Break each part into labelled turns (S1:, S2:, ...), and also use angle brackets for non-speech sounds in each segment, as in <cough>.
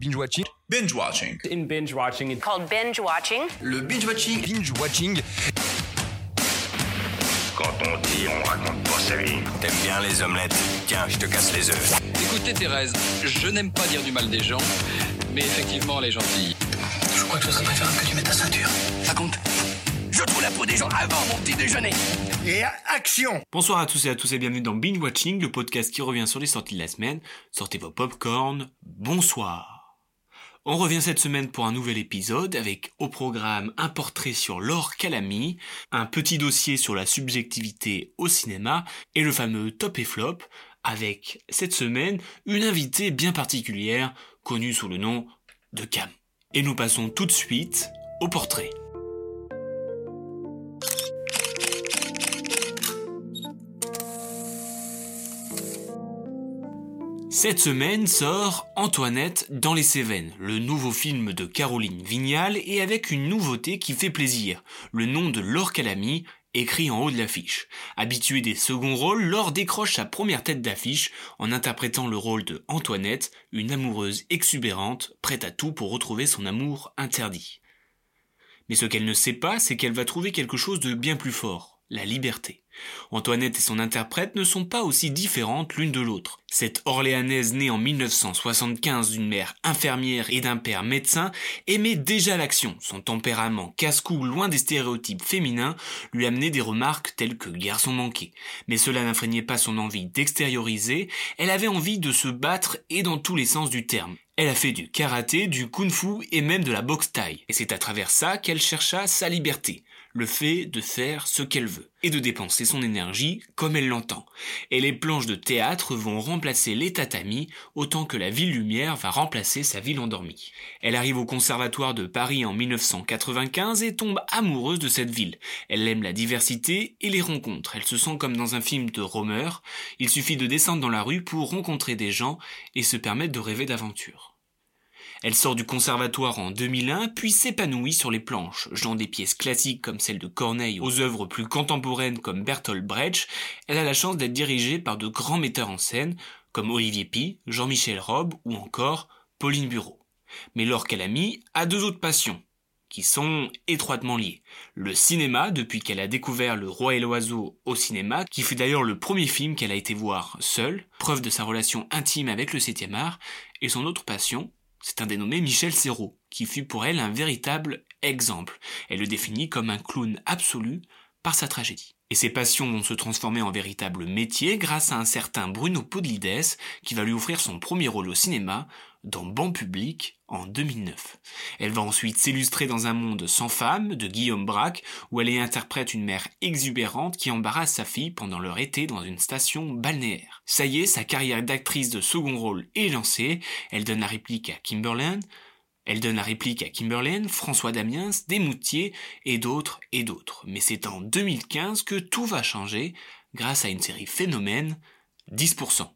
S1: binge watching,
S2: Binge watching.
S3: in binge watching it.
S4: called binge watching.
S2: Le binge watching.
S1: binge watching,
S5: Quand on dit on raconte pas sa vie. T'aimes bien les omelettes Tiens, je te casse les œufs.
S6: Écoutez Thérèse, je n'aime pas dire du mal des gens, mais effectivement elle est gentille.
S5: Je crois que ce serait préférable que tu mettes ta ceinture. Raconte. Je trouve la peau des gens avant mon petit déjeuner.
S2: Et action
S7: Bonsoir à tous et à tous et bienvenue dans Binge Watching, le podcast qui revient sur les sorties de la semaine. Sortez vos popcorn. Bonsoir. On revient cette semaine pour un nouvel épisode avec au programme un portrait sur Laure Calamy, un petit dossier sur la subjectivité au cinéma et le fameux top et flop avec cette semaine une invitée bien particulière connue sous le nom de Cam. Et nous passons tout de suite au portrait. Cette semaine sort Antoinette dans les Cévennes, le nouveau film de Caroline Vignal et avec une nouveauté qui fait plaisir, le nom de Laure Calamy écrit en haut de l'affiche. Habituée des seconds rôles, Laure décroche sa première tête d'affiche en interprétant le rôle de Antoinette, une amoureuse exubérante, prête à tout pour retrouver son amour interdit. Mais ce qu'elle ne sait pas, c'est qu'elle va trouver quelque chose de bien plus fort, la liberté. Antoinette et son interprète ne sont pas aussi différentes l'une de l'autre. Cette Orléanaise née en 1975 d'une mère infirmière et d'un père médecin aimait déjà l'action. Son tempérament casse-cou loin des stéréotypes féminins lui amenait des remarques telles que garçon manqué. Mais cela n'infrégnait pas son envie d'extérioriser, elle avait envie de se battre et dans tous les sens du terme. Elle a fait du karaté, du kung-fu et même de la boxe thaï. Et c'est à travers ça qu'elle chercha sa liberté le fait de faire ce qu'elle veut et de dépenser son énergie comme elle l'entend. Et les planches de théâtre vont remplacer les tatamis autant que la ville lumière va remplacer sa ville endormie. Elle arrive au conservatoire de Paris en 1995 et tombe amoureuse de cette ville. Elle aime la diversité et les rencontres. Elle se sent comme dans un film de Romer. Il suffit de descendre dans la rue pour rencontrer des gens et se permettre de rêver d'aventures. Elle sort du conservatoire en 2001, puis s'épanouit sur les planches, dans des pièces classiques comme celle de Corneille aux œuvres plus contemporaines comme Bertolt Brecht. Elle a la chance d'être dirigée par de grands metteurs en scène comme Olivier Py, Jean-Michel Robe ou encore Pauline Bureau. Mais Laure Calamy a deux autres passions qui sont étroitement liées. Le cinéma, depuis qu'elle a découvert Le Roi et l'Oiseau au cinéma, qui fut d'ailleurs le premier film qu'elle a été voir seule, preuve de sa relation intime avec le 7 art, et son autre passion, c'est un dénommé Michel Serrault, qui fut pour elle un véritable exemple. Elle le définit comme un clown absolu par sa tragédie. Et ses passions vont se transformer en véritable métier grâce à un certain Bruno Podlides qui va lui offrir son premier rôle au cinéma dans Ban Public en 2009. Elle va ensuite s'illustrer dans Un monde sans femme de Guillaume Braque où elle y interprète une mère exubérante qui embarrasse sa fille pendant leur été dans une station balnéaire. Ça y est, sa carrière d'actrice de second rôle est lancée. Elle donne la réplique à Kimberland, elle donne la réplique à Kimberlane, François Damiens, Desmoutiers et d'autres et d'autres. Mais c'est en 2015 que tout va changer grâce à une série phénomène 10%.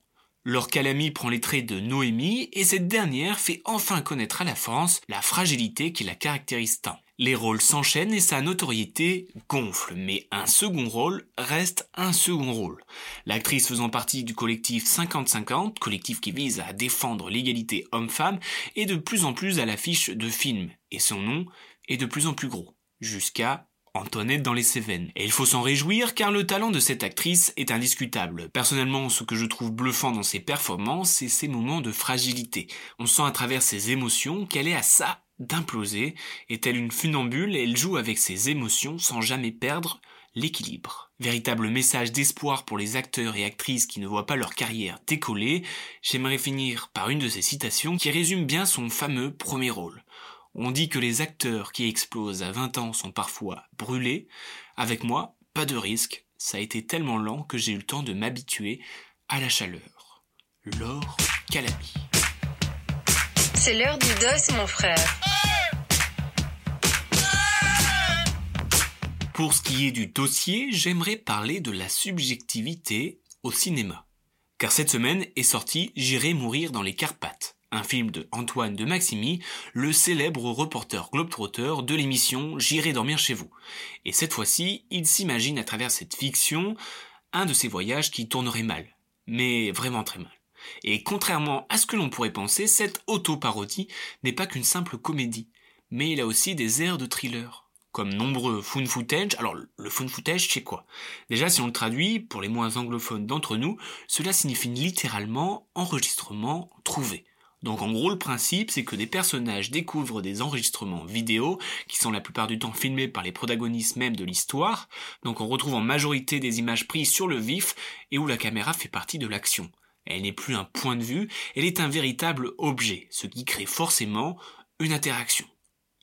S7: Laure Calamy prend les traits de Noémie et cette dernière fait enfin connaître à la France la fragilité qui la caractérise tant. Les rôles s'enchaînent et sa notoriété gonfle, mais un second rôle reste un second rôle. L'actrice faisant partie du collectif 50-50, collectif qui vise à défendre l'égalité homme-femme, est de plus en plus à l'affiche de films, et son nom est de plus en plus gros, jusqu'à Antoinette dans les Cévennes. Et il faut s'en réjouir car le talent de cette actrice est indiscutable. Personnellement, ce que je trouve bluffant dans ses performances, c'est ses moments de fragilité. On sent à travers ses émotions qu'elle est à ça d'imploser, et telle une funambule, elle joue avec ses émotions sans jamais perdre l'équilibre. Véritable message d'espoir pour les acteurs et actrices qui ne voient pas leur carrière décoller, j'aimerais finir par une de ces citations qui résume bien son fameux premier rôle. On dit que les acteurs qui explosent à 20 ans sont parfois brûlés. Avec moi, pas de risque. Ça a été tellement lent que j'ai eu le temps de m'habituer à la chaleur. Laure Calamy.
S4: C'est l'heure du dos, mon frère.
S7: Pour ce qui est du dossier, j'aimerais parler de la subjectivité au cinéma. Car cette semaine est sorti J'irai mourir dans les Carpates, un film de Antoine de Maximi, le célèbre reporter globetrotter de l'émission J'irai dormir chez vous. Et cette fois-ci, il s'imagine à travers cette fiction un de ces voyages qui tournerait mal, mais vraiment très mal. Et contrairement à ce que l'on pourrait penser, cette auto-parodie n'est pas qu'une simple comédie, mais il a aussi des airs de thriller. Comme nombreux found footage, alors le found footage c'est quoi Déjà si on le traduit, pour les moins anglophones d'entre nous, cela signifie littéralement enregistrement trouvé. Donc en gros le principe c'est que des personnages découvrent des enregistrements vidéo qui sont la plupart du temps filmés par les protagonistes même de l'histoire, donc on retrouve en majorité des images prises sur le vif et où la caméra fait partie de l'action. Elle n'est plus un point de vue, elle est un véritable objet, ce qui crée forcément une interaction.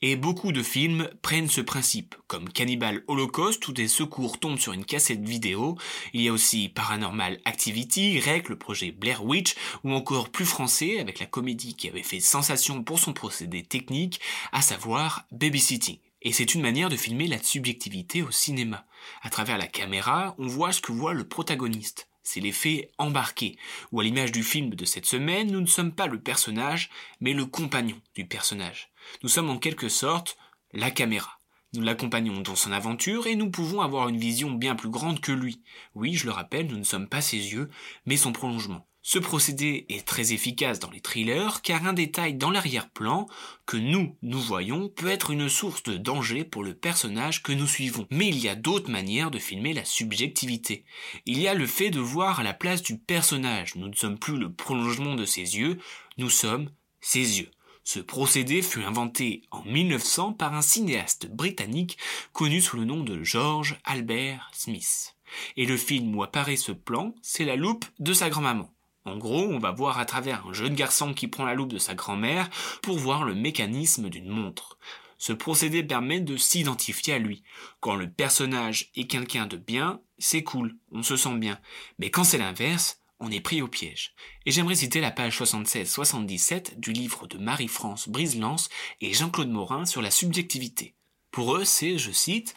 S7: Et beaucoup de films prennent ce principe, comme Cannibal Holocaust où des secours tombent sur une cassette vidéo, il y a aussi Paranormal Activity, REC, le projet Blair Witch, ou encore plus français avec la comédie qui avait fait sensation pour son procédé technique, à savoir Babysitting. Et c'est une manière de filmer la subjectivité au cinéma. À travers la caméra, on voit ce que voit le protagoniste. C'est l'effet embarqué, où à l'image du film de cette semaine, nous ne sommes pas le personnage, mais le compagnon du personnage. Nous sommes en quelque sorte la caméra. Nous l'accompagnons dans son aventure et nous pouvons avoir une vision bien plus grande que lui. Oui, je le rappelle, nous ne sommes pas ses yeux, mais son prolongement. Ce procédé est très efficace dans les thrillers car un détail dans l'arrière-plan que nous, nous voyons peut être une source de danger pour le personnage que nous suivons. Mais il y a d'autres manières de filmer la subjectivité. Il y a le fait de voir à la place du personnage. Nous ne sommes plus le prolongement de ses yeux, nous sommes ses yeux. Ce procédé fut inventé en 1900 par un cinéaste britannique connu sous le nom de George Albert Smith. Et le film où apparaît ce plan, c'est la loupe de sa grand-maman. En gros, on va voir à travers un jeune garçon qui prend la loupe de sa grand-mère pour voir le mécanisme d'une montre. Ce procédé permet de s'identifier à lui. Quand le personnage est quelqu'un de bien, c'est cool, on se sent bien. Mais quand c'est l'inverse, on est pris au piège. Et j'aimerais citer la page 76-77 du livre de Marie-France Briselance et Jean-Claude Morin sur la subjectivité. Pour eux, c'est, je cite,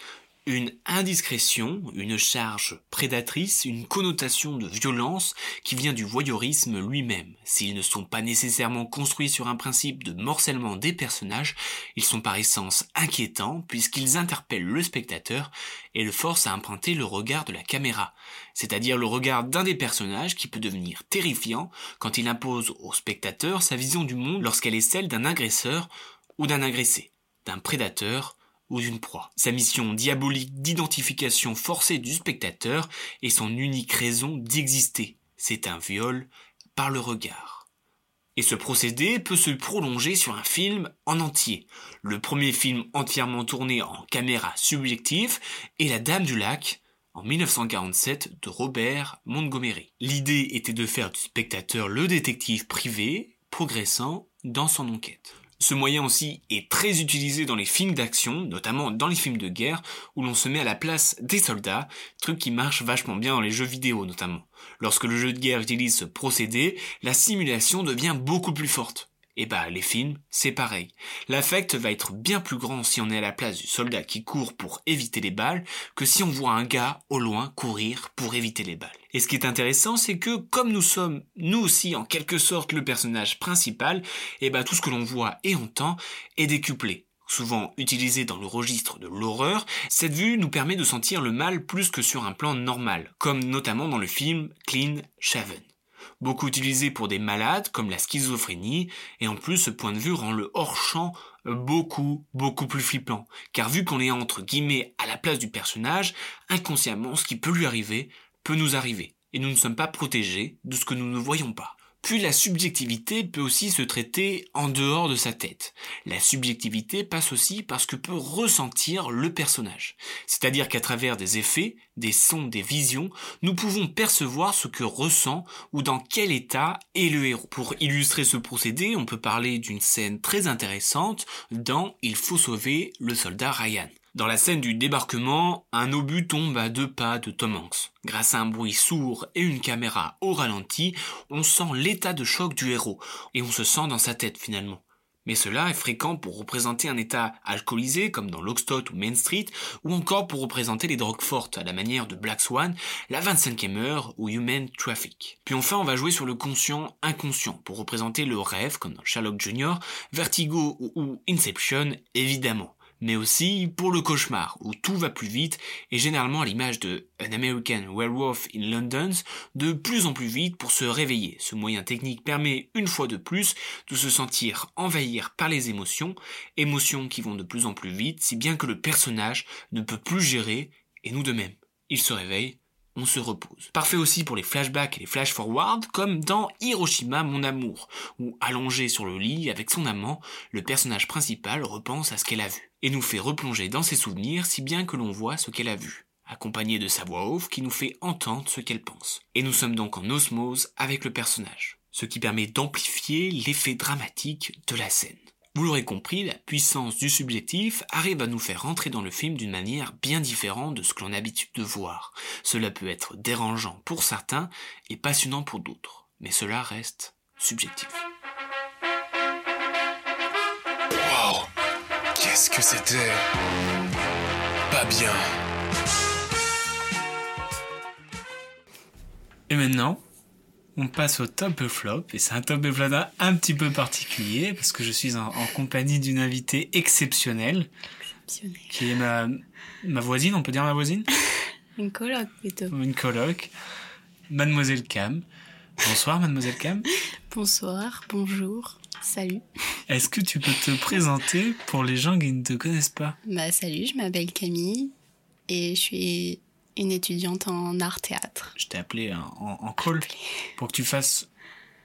S7: une indiscrétion, une charge prédatrice, une connotation de violence qui vient du voyeurisme lui-même. S'ils ne sont pas nécessairement construits sur un principe de morcellement des personnages, ils sont par essence inquiétants puisqu'ils interpellent le spectateur et le forcent à emprunter le regard de la caméra, c'est-à-dire le regard d'un des personnages qui peut devenir terrifiant quand il impose au spectateur sa vision du monde lorsqu'elle est celle d'un agresseur ou d'un agressé, d'un prédateur ou d'une proie. Sa mission diabolique d'identification forcée du spectateur est son unique raison d'exister. C'est un viol par le regard. Et ce procédé peut se prolonger sur un film en entier. Le premier film entièrement tourné en caméra subjective est La Dame du Lac en 1947 de Robert Montgomery. L'idée était de faire du spectateur le détective privé progressant dans son enquête. Ce moyen aussi est très utilisé dans les films d'action, notamment dans les films de guerre, où l'on se met à la place des soldats, truc qui marche vachement bien dans les jeux vidéo notamment. Lorsque le jeu de guerre utilise ce procédé, la simulation devient beaucoup plus forte. Et bah les films, c'est pareil. L'affect va être bien plus grand si on est à la place du soldat qui court pour éviter les balles que si on voit un gars au loin courir pour éviter les balles. Et ce qui est intéressant, c'est que comme nous sommes, nous aussi, en quelque sorte, le personnage principal, eh ben, tout ce que l'on voit et entend est décuplé. Souvent utilisé dans le registre de l'horreur, cette vue nous permet de sentir le mal plus que sur un plan normal, comme notamment dans le film Clean Shaven. Beaucoup utilisé pour des malades comme la schizophrénie, et en plus ce point de vue rend le hors-champ beaucoup, beaucoup plus flippant, car vu qu'on est entre guillemets à la place du personnage, inconsciemment ce qui peut lui arriver peut nous arriver, et nous ne sommes pas protégés de ce que nous ne voyons pas. Puis la subjectivité peut aussi se traiter en dehors de sa tête. La subjectivité passe aussi par ce que peut ressentir le personnage. C'est-à-dire qu'à travers des effets, des sons, des visions, nous pouvons percevoir ce que ressent ou dans quel état est le héros. Pour illustrer ce procédé, on peut parler d'une scène très intéressante dans Il faut sauver le soldat Ryan. Dans la scène du débarquement, un obus tombe à deux pas de Tom Hanks. Grâce à un bruit sourd et une caméra au ralenti, on sent l'état de choc du héros, et on se sent dans sa tête finalement. Mais cela est fréquent pour représenter un état alcoolisé comme dans Lockstock ou Main Street, ou encore pour représenter les drogues fortes à la manière de Black Swan, la 25e heure ou Human Traffic. Puis enfin on va jouer sur le conscient inconscient pour représenter le rêve comme dans Sherlock Jr, Vertigo ou Inception évidemment mais aussi pour le cauchemar, où tout va plus vite, et généralement à l'image de An American Werewolf in London, de plus en plus vite pour se réveiller. Ce moyen technique permet une fois de plus de se sentir envahir par les émotions, émotions qui vont de plus en plus vite, si bien que le personnage ne peut plus gérer, et nous de même. Il se réveille, on se repose. Parfait aussi pour les flashbacks et les flash forward comme dans Hiroshima mon amour, où allongé sur le lit avec son amant, le personnage principal repense à ce qu'elle a vu, et nous fait replonger dans ses souvenirs si bien que l'on voit ce qu'elle a vu, accompagné de sa voix off qui nous fait entendre ce qu'elle pense. Et nous sommes donc en osmose avec le personnage, ce qui permet d'amplifier l'effet dramatique de la scène. Vous l'aurez compris, la puissance du subjectif arrive à nous faire rentrer dans le film d'une manière bien différente de ce que l'on a l'habitude de voir. Cela peut être dérangeant pour certains et passionnant pour d'autres, mais cela reste subjectif.
S1: Waouh Qu'est-ce que c'était Pas bien.
S7: Et maintenant, on passe au top et flop, et c'est un top et flop un petit peu particulier, parce que je suis en, en compagnie d'une invitée exceptionnelle, qui est ma, ma voisine, on peut dire ma voisine
S3: Une coloc plutôt.
S7: Une coloc, Mademoiselle Cam. Bonsoir Mademoiselle Cam.
S3: Bonsoir, bonjour, salut.
S7: Est-ce que tu peux te présenter pour les gens qui ne te connaissent pas
S3: Bah salut, je m'appelle Camille et je suis une étudiante en art théâtre.
S7: Je t'ai appelé en, en- en call pour que tu fasses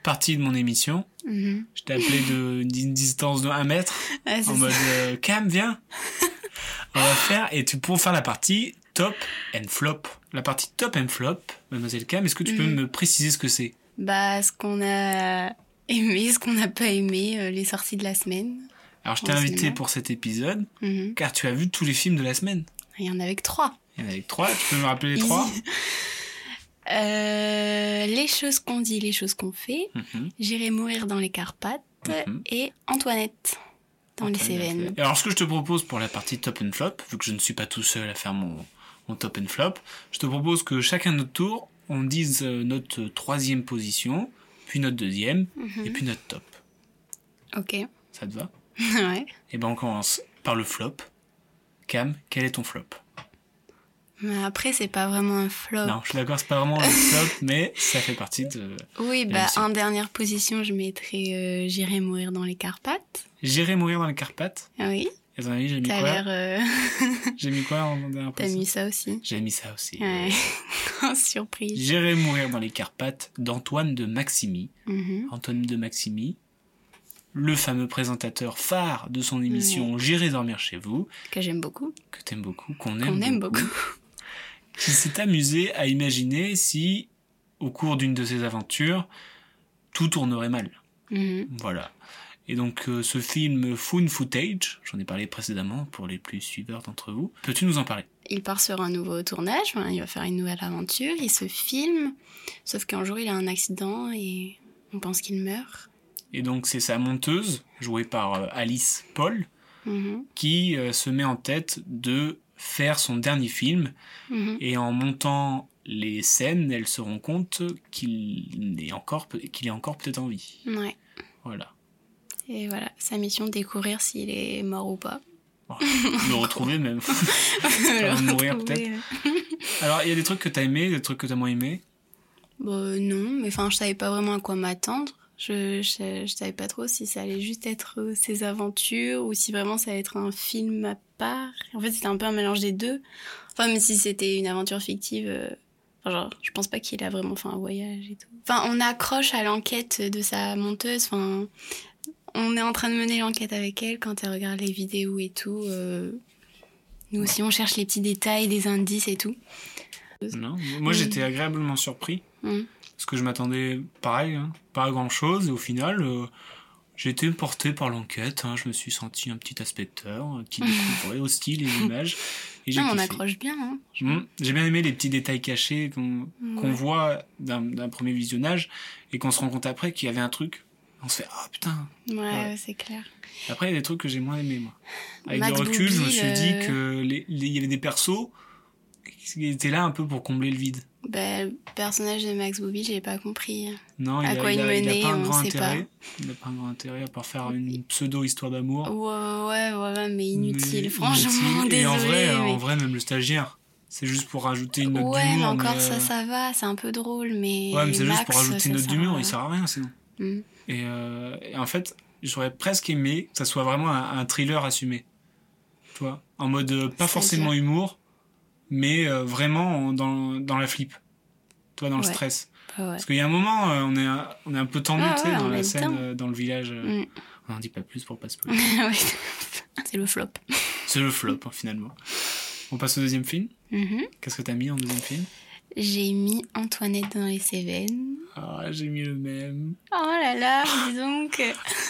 S7: partie de mon émission.
S3: Mhm.
S7: Je t'ai appelé de- d'une distance de 1 mètre
S3: Ouais, Ah, c'est
S7: en
S3: ça.
S7: mode euh, Cam, viens. On va faire et tu pourras faire la partie top and flop. La partie top and flop, mademoiselle Cam, est-ce que tu peux
S3: Mhm.
S7: me préciser ce que c'est
S3: Bah ce qu'on a aimé, ce qu'on n'a pas aimé, euh, les sorties de la semaine.
S7: Alors je t'ai
S3: Ouais, c'est
S7: invité
S3: bien.
S7: pour cet épisode
S3: Mhm.
S7: car tu as vu tous les films de la semaine.
S3: Il y en avait que trois.
S7: Il y en a eu trois, tu peux me rappeler les
S3: <laughs>
S7: trois
S3: Euh, les choses qu'on dit, les choses qu'on fait.
S7: Mhm.
S3: J'irai mourir dans les Carpates
S7: Mhm.
S3: et Antoinette
S7: Ah,
S3: dans les Cévennes.
S7: Et alors, ce que je te propose pour la partie top and flop, vu que je ne suis pas tout seul à faire mon, mon top and flop, je te propose que chacun de notre tour, on dise euh, notre troisième position, puis notre deuxième,
S3: Mhm.
S7: et puis notre top.
S3: Ok, <laughs>
S7: Ça te va
S3: ouais.
S7: Et ben, on commence par le flop. Cam, quel est ton flop
S3: Mais après, c'est pas vraiment un flop.
S7: Non, je suis d'accord, c'est pas vraiment un flop,
S3: <laughs>
S7: mais ça fait partie de.
S3: Oui,
S7: Même
S3: bah,
S7: si-
S3: en dernière position, je mettrais euh, J'irai mourir dans les Carpates.
S7: J'irai mourir dans les Carpates.
S3: Ah Oui,
S7: Et ton avis, j'ai mis
S3: t'as
S7: quoi
S3: l'air. euh,
S7: <laughs> J'ai mis quoi en dernière
S3: t'as
S7: position
S3: mis ça aussi.
S7: J'ai mis ça aussi.
S3: Ouais. <laughs> Grande surprise.
S7: J'irai mourir dans les Carpates d'Antoine de Maximi.
S3: Mhm.
S7: Antoine de Maximi, le fameux présentateur phare de son émission J'irai dormir chez vous,
S3: Que j'aime beaucoup.
S7: que t'aimes beaucoup, qu'on aime,
S3: Qu'on aime beaucoup.
S7: qui s'est amusé à imaginer si, au cours d'une de ses aventures, tout tournerait mal.
S3: Mhm.
S7: Voilà. Et donc euh, ce film Foon Footage, j'en ai parlé précédemment pour les plus suiveurs d'entre vous, peux-tu nous en parler
S3: Il part sur un nouveau tournage, enfin, il va faire une nouvelle aventure, il se filme. Sauf qu'un jour, il a un accident et on pense qu'il meurt.
S7: Et donc c'est sa monteuse, jouée par euh, Alice Paul,
S3: Mhm.
S7: qui euh, se met en tête de faire son dernier film
S3: Mhm.
S7: Et en montant les scènes, elle se rend compte qu'il est encore, peut- qu'il est encore peut-être en vie.
S3: Ouais.
S7: Voilà.
S3: Et voilà, sa mission, découvrir s'il est mort ou pas. <laughs>
S7: Le retrouver même. <laughs>
S3: Alors,
S7: mourir,
S3: trouver,
S7: peut-être.
S3: euh,
S7: Alors, il y a des trucs que t'as aimé, des trucs que t'as moins aimé.
S3: Bah non, mais enfin je savais pas vraiment à quoi m'attendre. Je, je, je savais pas trop si ça allait juste être euh, ses aventures ou si vraiment ça allait être un film à part. En fait c'était un peu un mélange des deux. Enfin même si c'était une aventure fictive, euh, enfin, genre je pense pas qu'il a vraiment fait un voyage et tout. Enfin on accroche à l'enquête de sa monteuse. Enfin on est en train de mener l'enquête avec elle quand elle regarde les vidéos et tout. euh, nous aussi on cherche les petits détails, les indices et tout.
S7: Non. Moi,
S3: Mm.
S7: j'étais agréablement surpris.
S3: Mm.
S7: Parce que je m'attendais, pareil, hein, pas à grand-chose. Et au final, euh, j'ai été porté par l'enquête. hein. Je me suis senti un petit inspecteur euh,
S3: <laughs>
S7: qui découvrait au style les images. Et j'ai
S3: Non, on
S7: kiffé.
S3: accroche bien. Hein.
S7: Mm. J'ai bien aimé les petits détails cachés qu'on qu'on
S3: Ouais.
S7: voit d'un d'un premier visionnage et qu'on se rend compte après qu'il y avait un truc. On se fait ah putain.
S3: Ouais,
S7: Ouais.
S3: ouais, c'est clair.
S7: Après il y a des trucs que j'ai moins aimé moi. Avec
S3: Max
S7: le recul, je me
S3: Boublil,
S7: suis dit
S3: euh,
S7: que les- les- il y avait des persos qui étaient là un peu pour combler le vide.
S3: Bah, le personnage de Max Booby, j'ai pas compris.
S7: Non, il
S3: À
S7: a-
S3: quoi
S7: il
S3: il
S7: a- il a
S3: menait,
S7: pas un
S3: on
S7: grand
S3: sait pas.
S7: intérêt. Il n'a pas un grand intérêt à part faire une pseudo-histoire d'amour.
S3: Ouais, ouais, ouais, mais Oh, inutile,
S7: Oh. Mais
S3: franchement,
S7: inutile.
S3: désolé.
S7: Et en vrai, euh,
S3: mais-
S7: en vrai, même le stagiaire, c'est juste pour rajouter une note
S3: ouais, mais
S7: d'humour.
S3: encore
S7: mais,
S3: ça,
S7: euh,
S3: ça va, c'est un peu drôle, mais.
S7: Ouais, mais c'est juste pour
S3: Max,
S7: rajouter une
S3: ça
S7: note
S3: sert
S7: d'humour,
S3: à-
S7: il sert à rien sinon.
S3: Mm.
S7: Et, euh, et en fait, j'aurais presque aimé que ça soit vraiment un, un thriller assumé. Tu vois En mode euh, pas
S3: C'est-à-dire
S7: forcément humour, mais euh, vraiment en- dans, dans la flip. Tu vois, dans le
S3: Ouais.
S7: stress.
S3: Bah ouais. <laughs>
S7: Parce qu'il y a un moment, euh, on, est un, on est un peu tendu
S3: Ouais,
S7: tu sais,
S3: ouais,
S7: dans
S3: on
S7: la
S3: est
S7: scène,
S3: dedans.
S7: euh, dans le village. euh,
S3: Mm.
S7: On n'en dit pas plus pour pas se
S3: <laughs>
S7: spoiler.
S3: Ouais. c'est le flop.
S7: C'est le flop, hein, finalement. On passe au deuxième film.
S3: Mhm.
S7: Qu'est-ce que t'as mis en deuxième film
S3: J'ai mis Antoinette dans les Cévennes.
S7: Ah, j'ai mis le même.
S3: Oh là là,
S7: <laughs>
S3: dis donc.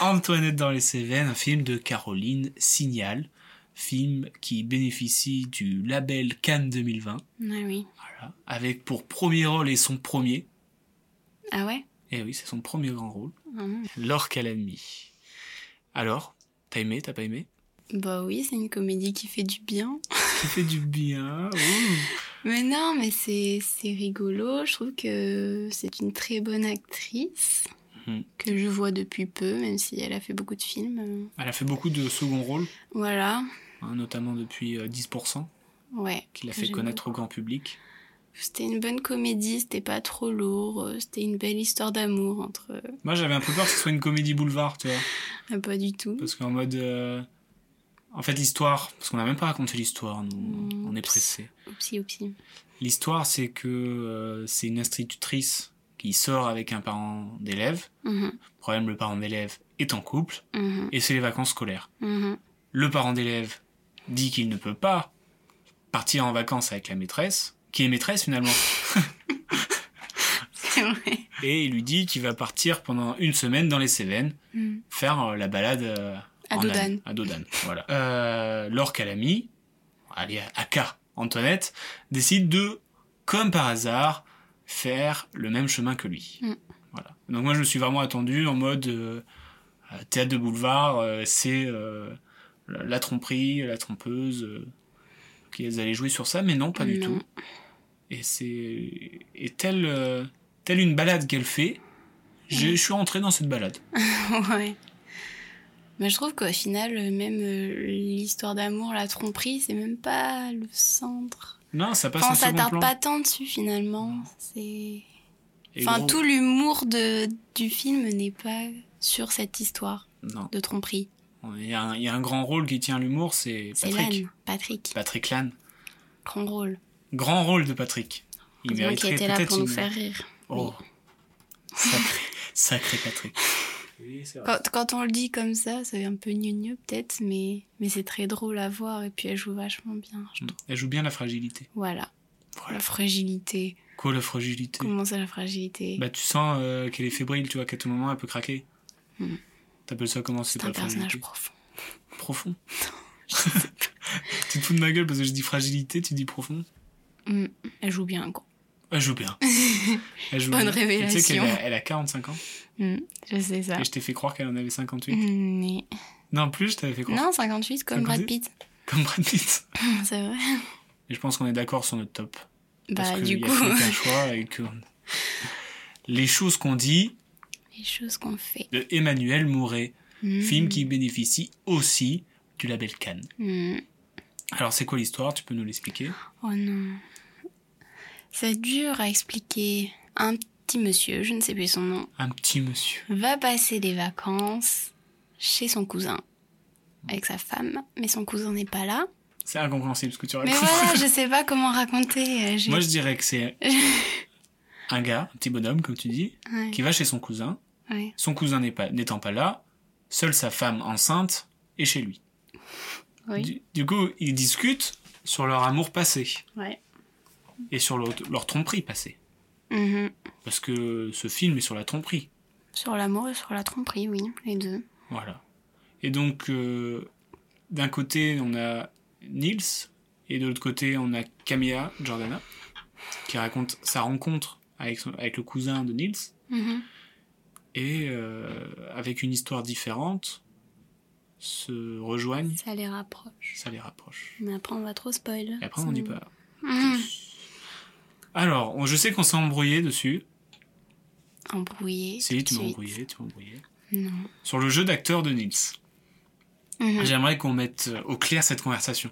S7: Antoinette dans les Cévennes, un film de Caroline Signal, film qui bénéficie du label Cannes 2020,
S3: Ah oui.
S7: voilà, avec pour premier rôle et son premier,
S3: Ah ouais
S7: et oui, c'est son premier grand rôle,
S3: Vraiment.
S7: Laure Calamy. Alors, t'as aimé, t'as pas aimé
S3: Bah oui, c'est une comédie qui fait du bien.
S7: Ça fait du bien, ouh.
S3: Mais non, mais c'est c'est rigolo. Je trouve que c'est une très bonne actrice
S7: Mhm.
S3: que je vois depuis peu, même si elle a fait beaucoup de films.
S7: Elle a fait beaucoup de second rôles,
S3: Voilà.
S7: hein, notamment depuis euh, 10%,
S3: Ouais.
S7: qui l'a fait
S3: J'aime
S7: connaître au grand public.
S3: C'était une bonne comédie, c'était pas trop lourd, euh, c'était une belle histoire d'amour entre. euh,
S7: Moi, j'avais un peu peur que ce soit une comédie boulevard, tu vois.
S3: Ah, pas du tout.
S7: Parce qu'en mode. euh, En fait, l'histoire, parce qu'on n'a même pas raconté l'histoire, nous,
S3: Mm,
S7: on est
S3: pss.
S7: pressé.
S3: Oupsi, oupsi.
S7: L'histoire, c'est que euh, c'est une institutrice qui sort avec un parent d'élève.
S3: Mhm,
S7: Problème, le parent d'élève est en couple
S3: mhm,
S7: et c'est les vacances scolaires.
S3: mhm. <laughs>
S7: Le parent d'élève dit qu'il ne peut pas partir en vacances avec la maîtresse, qui est maîtresse finalement,
S3: C'est vrai.
S7: et il lui dit qu'il va partir pendant une semaine dans les Cévennes
S3: Mhm.
S7: faire euh, la balade euh,
S3: À
S7: en
S3: Dodane.
S7: âne. À Dodane, <laughs> voilà. Euh, Laure Calamy, allez, à K, Antoinette, décide de, comme par hasard, faire le même chemin que lui.
S3: Mm.
S7: Voilà. Donc moi, je me suis vraiment attendu en mode euh, euh, théâtre de boulevard, euh, c'est euh, la la tromperie, la trompeuse, euh, qu'ils allaient jouer sur ça, mais non, pas du
S3: Non.
S7: tout. Et c'est. Et telle, euh, telle une balade qu'elle fait, j'ai-
S3: Mm.
S7: je suis rentré dans cette balade.
S3: <laughs> ouais. Mais je trouve qu'au final, euh, même euh, l'histoire d'amour, la tromperie, c'est même pas le centre.
S7: Non, ça passe
S3: Enfin, on
S7: en second plan.
S3: s'attarde pas tant dessus finalement. C'est.
S7: Et
S3: Enfin,
S7: gros-
S3: tout l'humour de, du film n'est pas sur cette histoire
S7: Non,
S3: de tromperie.
S7: il y, a un- il y a un grand rôle qui tient l'humour, c'est
S3: C'est
S7: Patrick.
S3: l'âne, Patrick.
S7: Patrick Lannes.
S3: Grand rôle.
S7: Grand rôle de Patrick. Il
S3: Heureusement qu'il
S7: mériterait
S3: était là
S7: peut-être
S3: pour nous
S7: une-
S3: faire rire.
S7: Oh. Sacré, sacré Patrick.
S3: Quand, quand on le dit comme ça, ça fait un peu gneu peut-être, mais, mais c'est très drôle à voir et puis elle joue vachement bien. je-
S7: Mm. Elle joue bien la fragilité.
S3: Voilà.
S7: Voilà.
S3: La fragilité.
S7: Quoi, la fragilité
S3: Comment ça, la fragilité
S7: Bah, tu sens euh, qu'elle est fébrile, tu vois, qu'à tout moment, elle peut craquer.
S3: Mm.
S7: T'appelles ça comment C'est
S3: C'est
S7: pas
S3: un
S7: la fragilité
S3: personnage profond. <laughs>
S7: Profond. <laughs> tu te fous de ma gueule parce que je dis fragilité, tu dis profond.
S3: Mm. Elle joue bien, quoi.
S7: Elle joue
S3: <laughs>
S7: bien. Elle joue
S3: Bonne
S7: bien. Et Tu sais qu'elle
S3: révélation.
S7: a, elle a 45 ans
S3: Mm. Je sais ça.
S7: et je t'ai fait croire qu'elle en avait 58.
S3: Mm, mais-
S7: Non, plus, je t'avais fait croire.
S3: Non, 58 comme Brad
S7: 58.
S3: Pitt.
S7: <laughs> Comme Brad Pitt.
S3: <laughs> C'est vrai.
S7: Et je pense qu'on est d'accord sur notre top. Parce
S3: Bah,
S7: que
S3: du
S7: y a
S3: coup,
S7: plus qu'un choix et
S3: <laughs>
S7: que... Les choses qu'on dit
S3: les choses qu'on fait.
S7: de Emmanuel Mouret,
S3: Mm.
S7: film qui bénéficie aussi du label Cannes.
S3: Mm.
S7: Alors, c'est quoi l'histoire Tu peux nous l'expliquer
S3: Oh non. C'est dur à expliquer. Un petit monsieur, je ne sais plus son nom,
S7: Un petit monsieur.
S3: va passer des vacances chez son cousin avec sa femme, mais son cousin n'est pas là.
S7: C'est incompréhensible ce que tu <laughs>
S3: Mais
S7: racontes.
S3: voilà, je sais pas comment raconter. euh, j'ai-
S7: Moi, je dirais que
S3: <laughs>
S7: c'est un gars, un petit bonhomme, comme tu dis,
S3: Ouais,
S7: qui va chez son cousin.
S3: ouais.
S7: Son cousin n'est pas- n'étant pas, là, seule sa femme enceinte est chez lui.
S3: Oui.
S7: Du, du coup, ils discutent sur leur amour passé.
S3: Ouais.
S7: et sur leur, leur tromperie passée.
S3: Mhm.
S7: Parce que ce film est sur la tromperie.
S3: Sur l'amour et sur la tromperie, oui, les deux.
S7: Voilà. Et donc, euh, d'un côté, on a Nils, et de l'autre côté, on a Camilla Jordana, qui raconte sa rencontre avec, son- avec le cousin de Nils,
S3: Mhm.
S7: et euh, avec une histoire différente, se rejoignent,
S3: Ça les rapproche.
S7: ça les rapproche.
S3: Mais après, on va trop spoil.
S7: Et après, on n'en dit pas.
S3: Mhm.
S7: Alors, on- je sais qu'on s'est embrouillé dessus.
S3: Embrouillé.
S7: Si, tu m'as
S3: suite.
S7: embrouillé, tu m'as embrouillé.
S3: Non.
S7: Sur le jeu d'acteur de Nils.
S3: Mhm.
S7: J'aimerais qu'on mette euh, au clair cette conversation.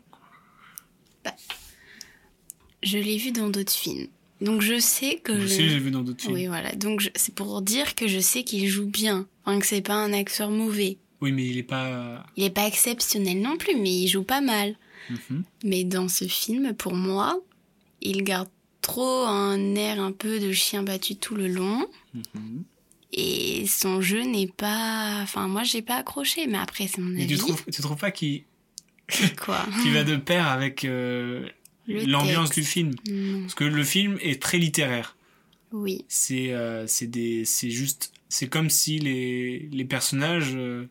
S3: Je l'ai vu dans d'autres films. Donc je sais que
S7: Je
S3: Euh, le-
S7: sais, j'ai vu dans d'autres films.
S3: Oui,
S7: Oui.
S3: voilà. Donc je- c'est pour dire que je sais qu'il joue bien. Enfin, que c'est pas un acteur mauvais.
S7: mais il est pas. euh,
S3: Il est pas exceptionnel non plus, mais il joue pas mal.
S7: Mhm.
S3: Mais dans ce film, pour moi, il garde trop un air un peu de chien battu tout le long.
S7: Mhm.
S3: Et son jeu n'est pas. Enfin, moi, j'ai pas accroché, mais après, c'est mon
S7: Mais
S3: avis.
S7: tu trouves, tu trouves pas qu'il
S3: Quoi
S7: qu'il va de pair avec euh,
S3: Ah. Le
S7: <laughs> l'ambiance
S3: texte.
S7: du film
S3: Non.
S7: Parce que le film est très littéraire.
S3: Oui.
S7: C'est euh, c'est des- c'est juste. C'est comme si les, les personnages euh,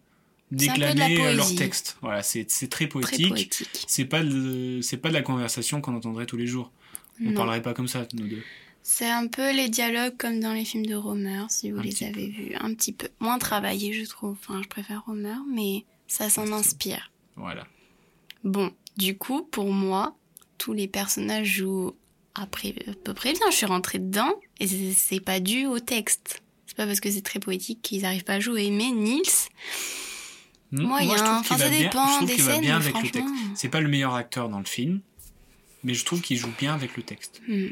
S3: C'est un peu de la
S7: déclamaient euh, leur
S3: poésie.
S7: texte. Voilà, c'est c'est très
S3: Très
S7: poétique.
S3: poétique.
S7: C'est pas, de- c'est pas de la conversation qu'on entendrait tous les jours. On
S3: Non.
S7: parlerait pas comme ça, nous deux.
S3: C'est un peu les dialogues comme dans les films de Romer, si vous
S7: Un
S3: les
S7: petit
S3: avez vus. Un petit peu. Moins travaillé, je trouve. Enfin, je préfère Romer, mais ça s'en
S7: Merci.
S3: inspire.
S7: Voilà.
S3: Bon, du coup, pour moi, tous les personnages jouent à, pré- à peu près bien. Je suis rentrée dedans et c'est- c'est pas dû au texte. C'est pas parce que c'est très poétique qu'ils n'arrivent pas à jouer. Mais Nils, moi, il y
S7: Hmm?
S3: a
S7: je trouve
S3: un-
S7: qu'il
S3: enfin, ça
S7: va bien-
S3: dépend
S7: je trouve
S3: des
S7: qu'il va
S3: scènes,
S7: bien
S3: mais
S7: avec le texte.
S3: franchement-
S7: C'est pas le meilleur acteur dans le film, mais je trouve qu'il joue bien avec le texte.
S3: hmm,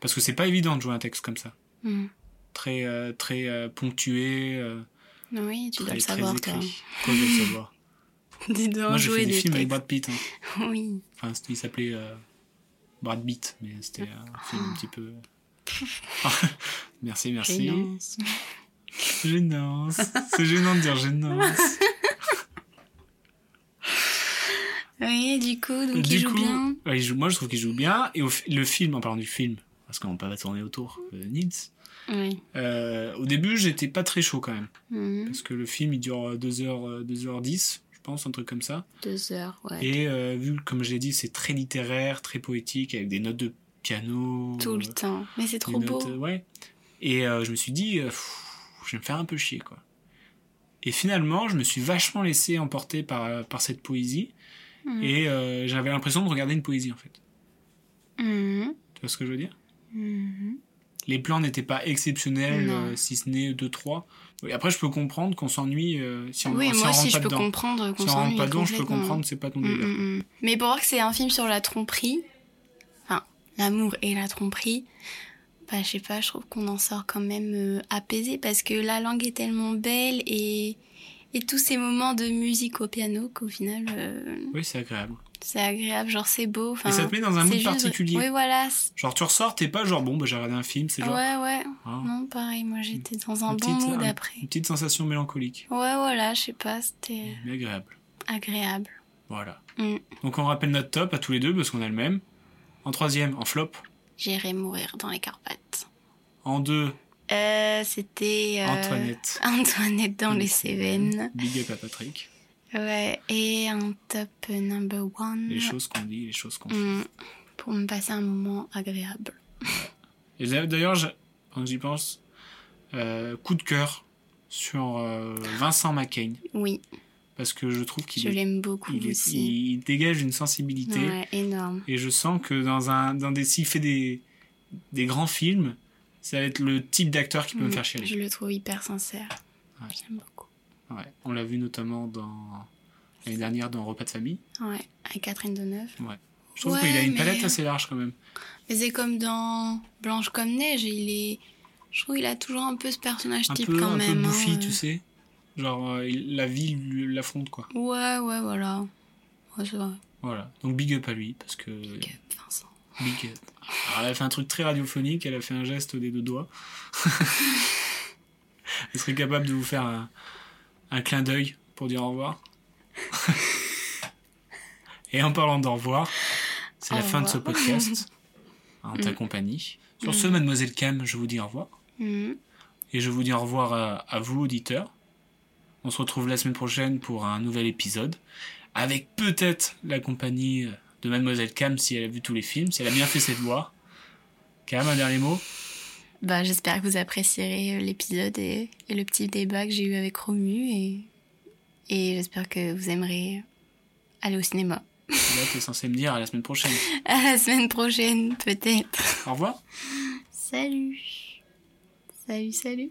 S7: Parce que c'est pas évident de jouer un texte comme ça.
S3: hmm.
S7: Très, euh, très euh, ponctué, euh,
S3: oui, tu dois
S7: très, très
S3: le savoir, toi. <laughs>
S7: écrit. Quoi, je dois le savoir
S3: Tu dois
S7: Moi, j'ai
S3: jouer
S7: fait des,
S3: des
S7: films avec
S3: textes.
S7: Brad Pitt. hein.
S3: <laughs> Oui.
S7: Enfin, c'était- il s'appelait euh, Brad Pitt, mais c'était un
S3: Ah.
S7: film un petit
S3: <laughs>
S7: peu... merci, merci. hein.
S3: Gênance.
S7: Gênance. C'est gênant de dire gênance.
S3: Oui, du coup, <laughs> donc
S7: du
S3: il joue
S7: coup,
S3: bien.
S7: ouais, il joue- moi je trouve qu'il joue bien. Et au fi- le film, en parlant du film, parce qu'on peut pas tourner autour de Nils,
S3: Oui.
S7: euh, au début j'étais pas très chaud quand même.
S3: Hmm,
S7: Parce que le film il dure euh, 2h, 2h10, je pense, un truc comme ça.
S3: Deux heures, ouais.
S7: Et euh, vu que, comme j'ai dit, c'est très littéraire, très poétique, avec des notes de piano.
S3: Tout le
S7: euh,
S3: temps. Mais c'est
S7: des
S3: trop beau.
S7: notes, euh, ouais. Et euh, je me suis dit, euh, pff, je vais me faire un peu chier, quoi. Et finalement, je me suis vachement laissé emporter par, euh, par cette poésie.
S3: Hmm.
S7: Et euh, j'avais l'impression de regarder une poésie, en fait.
S3: Mhm,
S7: Tu vois ce que je veux dire
S3: mhm.
S7: Les plans n'étaient pas exceptionnels,
S3: Non.
S7: euh, si ce n'est 2-3. Après, je peux comprendre qu'on s'ennuie euh, si on
S3: oui,
S7: si on
S3: moi
S7: rentre
S3: aussi,
S7: pas
S3: je peux
S7: dedans.
S3: comprendre qu'on
S7: Si on rentre
S3: s'ennuie
S7: pas dedans, je peux
S3: complètement.
S7: comprendre, c'est pas ton
S3: Mm,
S7: délire.
S3: mm, mm. Mais pour voir que c'est un film sur la tromperie, enfin, l'amour et la tromperie, bah, je sais pas, je trouve qu'on en sort quand même euh, apaisé parce que la langue est tellement belle et, et tous ces moments de musique au piano qu'au final, euh,
S7: Oui, c'est agréable.
S3: c'est agréable, genre c'est beau. enfin,
S7: Et ça te met dans un
S3: c'est
S7: mood
S3: juste-
S7: particulier.
S3: Oui, voilà. c'est-
S7: Genre, tu ressors, t'es pas genre, bon, bah, j'ai regardé un film, c'est genre
S3: Ouais, ouais.
S7: ah,
S3: Non, pareil, moi j'étais dans un
S7: Une
S3: bon
S7: petite- euh,
S3: mood
S7: un-
S3: après.
S7: une petite sensation mélancolique.
S3: Ouais, voilà, je sais pas, c'était
S7: Mais agréable.
S3: agréable.
S7: Voilà.
S3: Mm.
S7: Donc, on rappelle notre top à tous les deux, parce qu'on a le même. En troisième, en flop.
S3: J'irai mourir dans les Carpates.
S7: En deux,
S3: Euh, c'était. euh,
S7: Antoinette.
S3: Antoinette dans les Cévennes.
S7: Big up à Patrick.
S3: Ouais, et un top number one.
S7: Les choses qu'on dit, les choses qu'on fait.
S3: Mm, Pour me passer un moment agréable.
S7: Et d'a- d'ailleurs, je- quand j'y pense, euh, coup de cœur sur euh, Vincent McCain,
S3: Oui,
S7: parce que je trouve qu'il
S3: je
S7: est-
S3: l'aime beaucoup
S7: il, est-
S3: aussi.
S7: il dégage une sensibilité.
S3: Ouais, énorme.
S7: Et je sens que dans un dans des s'il fait des, des grands films, ça va être le type d'acteur qui peut me
S3: Mm,
S7: faire chialer.
S3: Je le trouve hyper sincère.
S7: Ouais.
S3: J'aime beaucoup.
S7: Ouais. On l'a vu notamment dans l'année dernière dans Repas de famille.
S3: Ouais, avec Catherine Deneuve.
S7: Je trouve
S3: Ouais,
S7: qu'il a une
S3: mais-
S7: palette assez large quand même.
S3: Mais c'est comme dans Blanche comme Neige, il est. Je trouve qu'il a toujours un peu ce personnage
S7: Un
S3: type
S7: peu
S3: quand
S7: un
S3: même.
S7: peu
S3: hein,
S7: bouffi, tu
S3: euh.
S7: sais. Genre euh, il- la vie lui- l'affronte quoi.
S3: Ouais, ouais, voilà. Ouais, c'est vrai.
S7: Voilà. Donc big up à lui parce que
S3: Ok, Vincent.
S7: Big up. Alors, elle a fait un truc très radiophonique, elle a fait un geste des deux
S3: <laughs>
S7: doigts. elle serait capable de vous faire un, un clin d'œil pour dire au revoir. Et en parlant d'au revoir, c'est la
S3: Au
S7: fin de ce
S3: revoir. <laughs> Mm.
S7: podcast en ta compagnie. Sur ce, mademoiselle Cam, je vous dis au revoir.
S3: Mhm.
S7: Et je vous dis au revoir à, à vous, auditeurs. On se retrouve la semaine prochaine pour un nouvel épisode. Avec peut-être la compagnie de Mademoiselle Cam si elle a vu tous les films, si elle a bien fait ses devoirs. Cam, un dernier mot
S3: Bah, j'espère que vous apprécierez euh, l'épisode et, et le petit débat que j'ai eu avec Romu et, et j'espère que vous aimerez aller au cinéma. <laughs>
S7: Et Là, t'es censé me dire à la semaine prochaine.
S3: À la semaine prochaine, peut-être.
S7: Au revoir.
S3: Salut. Salut, salut.